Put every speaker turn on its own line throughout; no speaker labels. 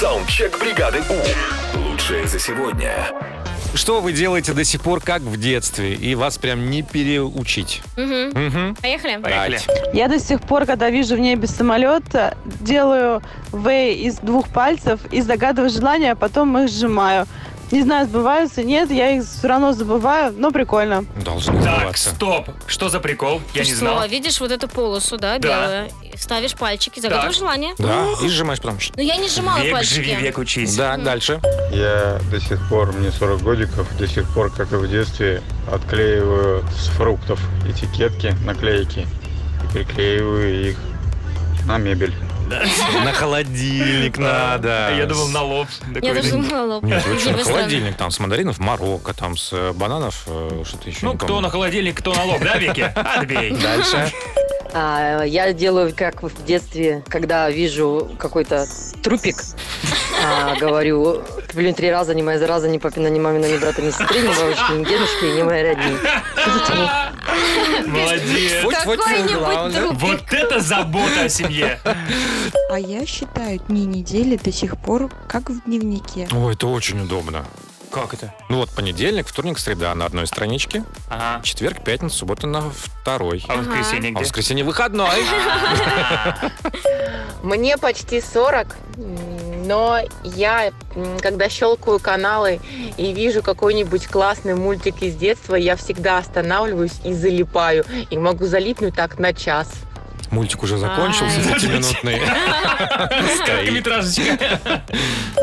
Саундчек бригады У. Лучшее за сегодня.
Что вы делаете до сих пор, как в детстве, и вас прям не переучить?
Мгм.
Мгм.
Поехали.
А
Поехали.
Я до сих пор, когда вижу в небе самолет, делаю V из двух пальцев и загадываю желания, а потом их сжимаю. Не знаю, сбываются, нет, я их все равно забываю, но прикольно.
Должно
Так,
сбываться.
стоп. Что за прикол? Я
Ты
не
что,
знал.
видишь вот эту полосу, да,
Да. Ну,
белую? Ставишь пальчики, загадываешь желание.
Да, и сжимаешь потом. Ш-
Ну я не сжимала
Век
пальчики.
живи, век учись.
Да, дальше.
Я до сих пор, мне 40 годиков, до сих пор, как и в детстве, отклеиваю с фруктов этикетки, наклейки и приклеиваю их на мебель.
На холодильник надо.
Я думал, на лоб.
Я
Такой,
даже думала, лоб.
Нет, вы
Дико
что, на
странно.
холодильник там с мандаринов Марокко, там с э, бананов, э, что-то еще.
Ну,
не
кто
помню.
на холодильник, кто на лоб, да, Вики? Отбей.
Дальше.
А, я делаю, как в детстве, когда вижу какой-то трупик, а, говорю, блин, три раза, не моя зараза, ни папина, ни мамина, ни брата, ни сестры, ни бабушки, ни дедушки, ни мои родни.
Молодец.
Фу-фу-фу,
Какой-нибудь
главное.
друг.
Вот это забота о семье.
А я считаю дни недели до сих пор как в дневнике.
Ой, это очень удобно.
Как это?
Ну вот понедельник, вторник, среда на одной страничке,
Ага.
четверг, пятница, суббота на второй.
А воскресенье
А
где?
воскресенье выходной.
Мне почти 40, м, но я, м, когда щелкаю каналы и вижу какой-нибудь классный мультик из детства, я всегда останавливаюсь и залипаю. И могу залипнуть так на час.
Мультик уже закончился,
Ай.
пятиминутный. Стоит.
Короткометражечка.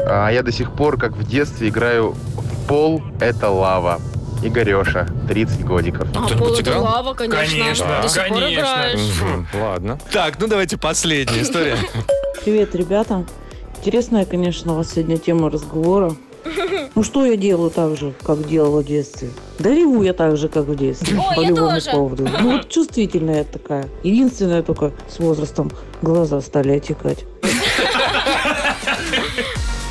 А я до сих пор, как в детстве, играю в пол это лава. Игореша, 30 годиков.
А,
кто-нибудь
пол это
играл?
лава, конечно.
Конечно,
До сих пор
конечно.
играешь.
Мгм, Ладно. Так, ну давайте последняя история.
Привет, ребята. Интересная, конечно, у вас сегодня тема разговора. Ну что я делаю так же, как делала в детстве? Да реву я так же, как в детстве.
Ой,
по
я
любому
тоже.
поводу. Ну вот чувствительная я такая. Единственное только с возрастом глаза стали отекать.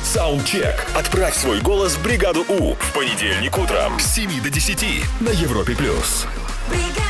Саундчек. Отправь свой голос в бригаду У в понедельник утром с 7 до 10 на Европе+. плюс.
Бригада!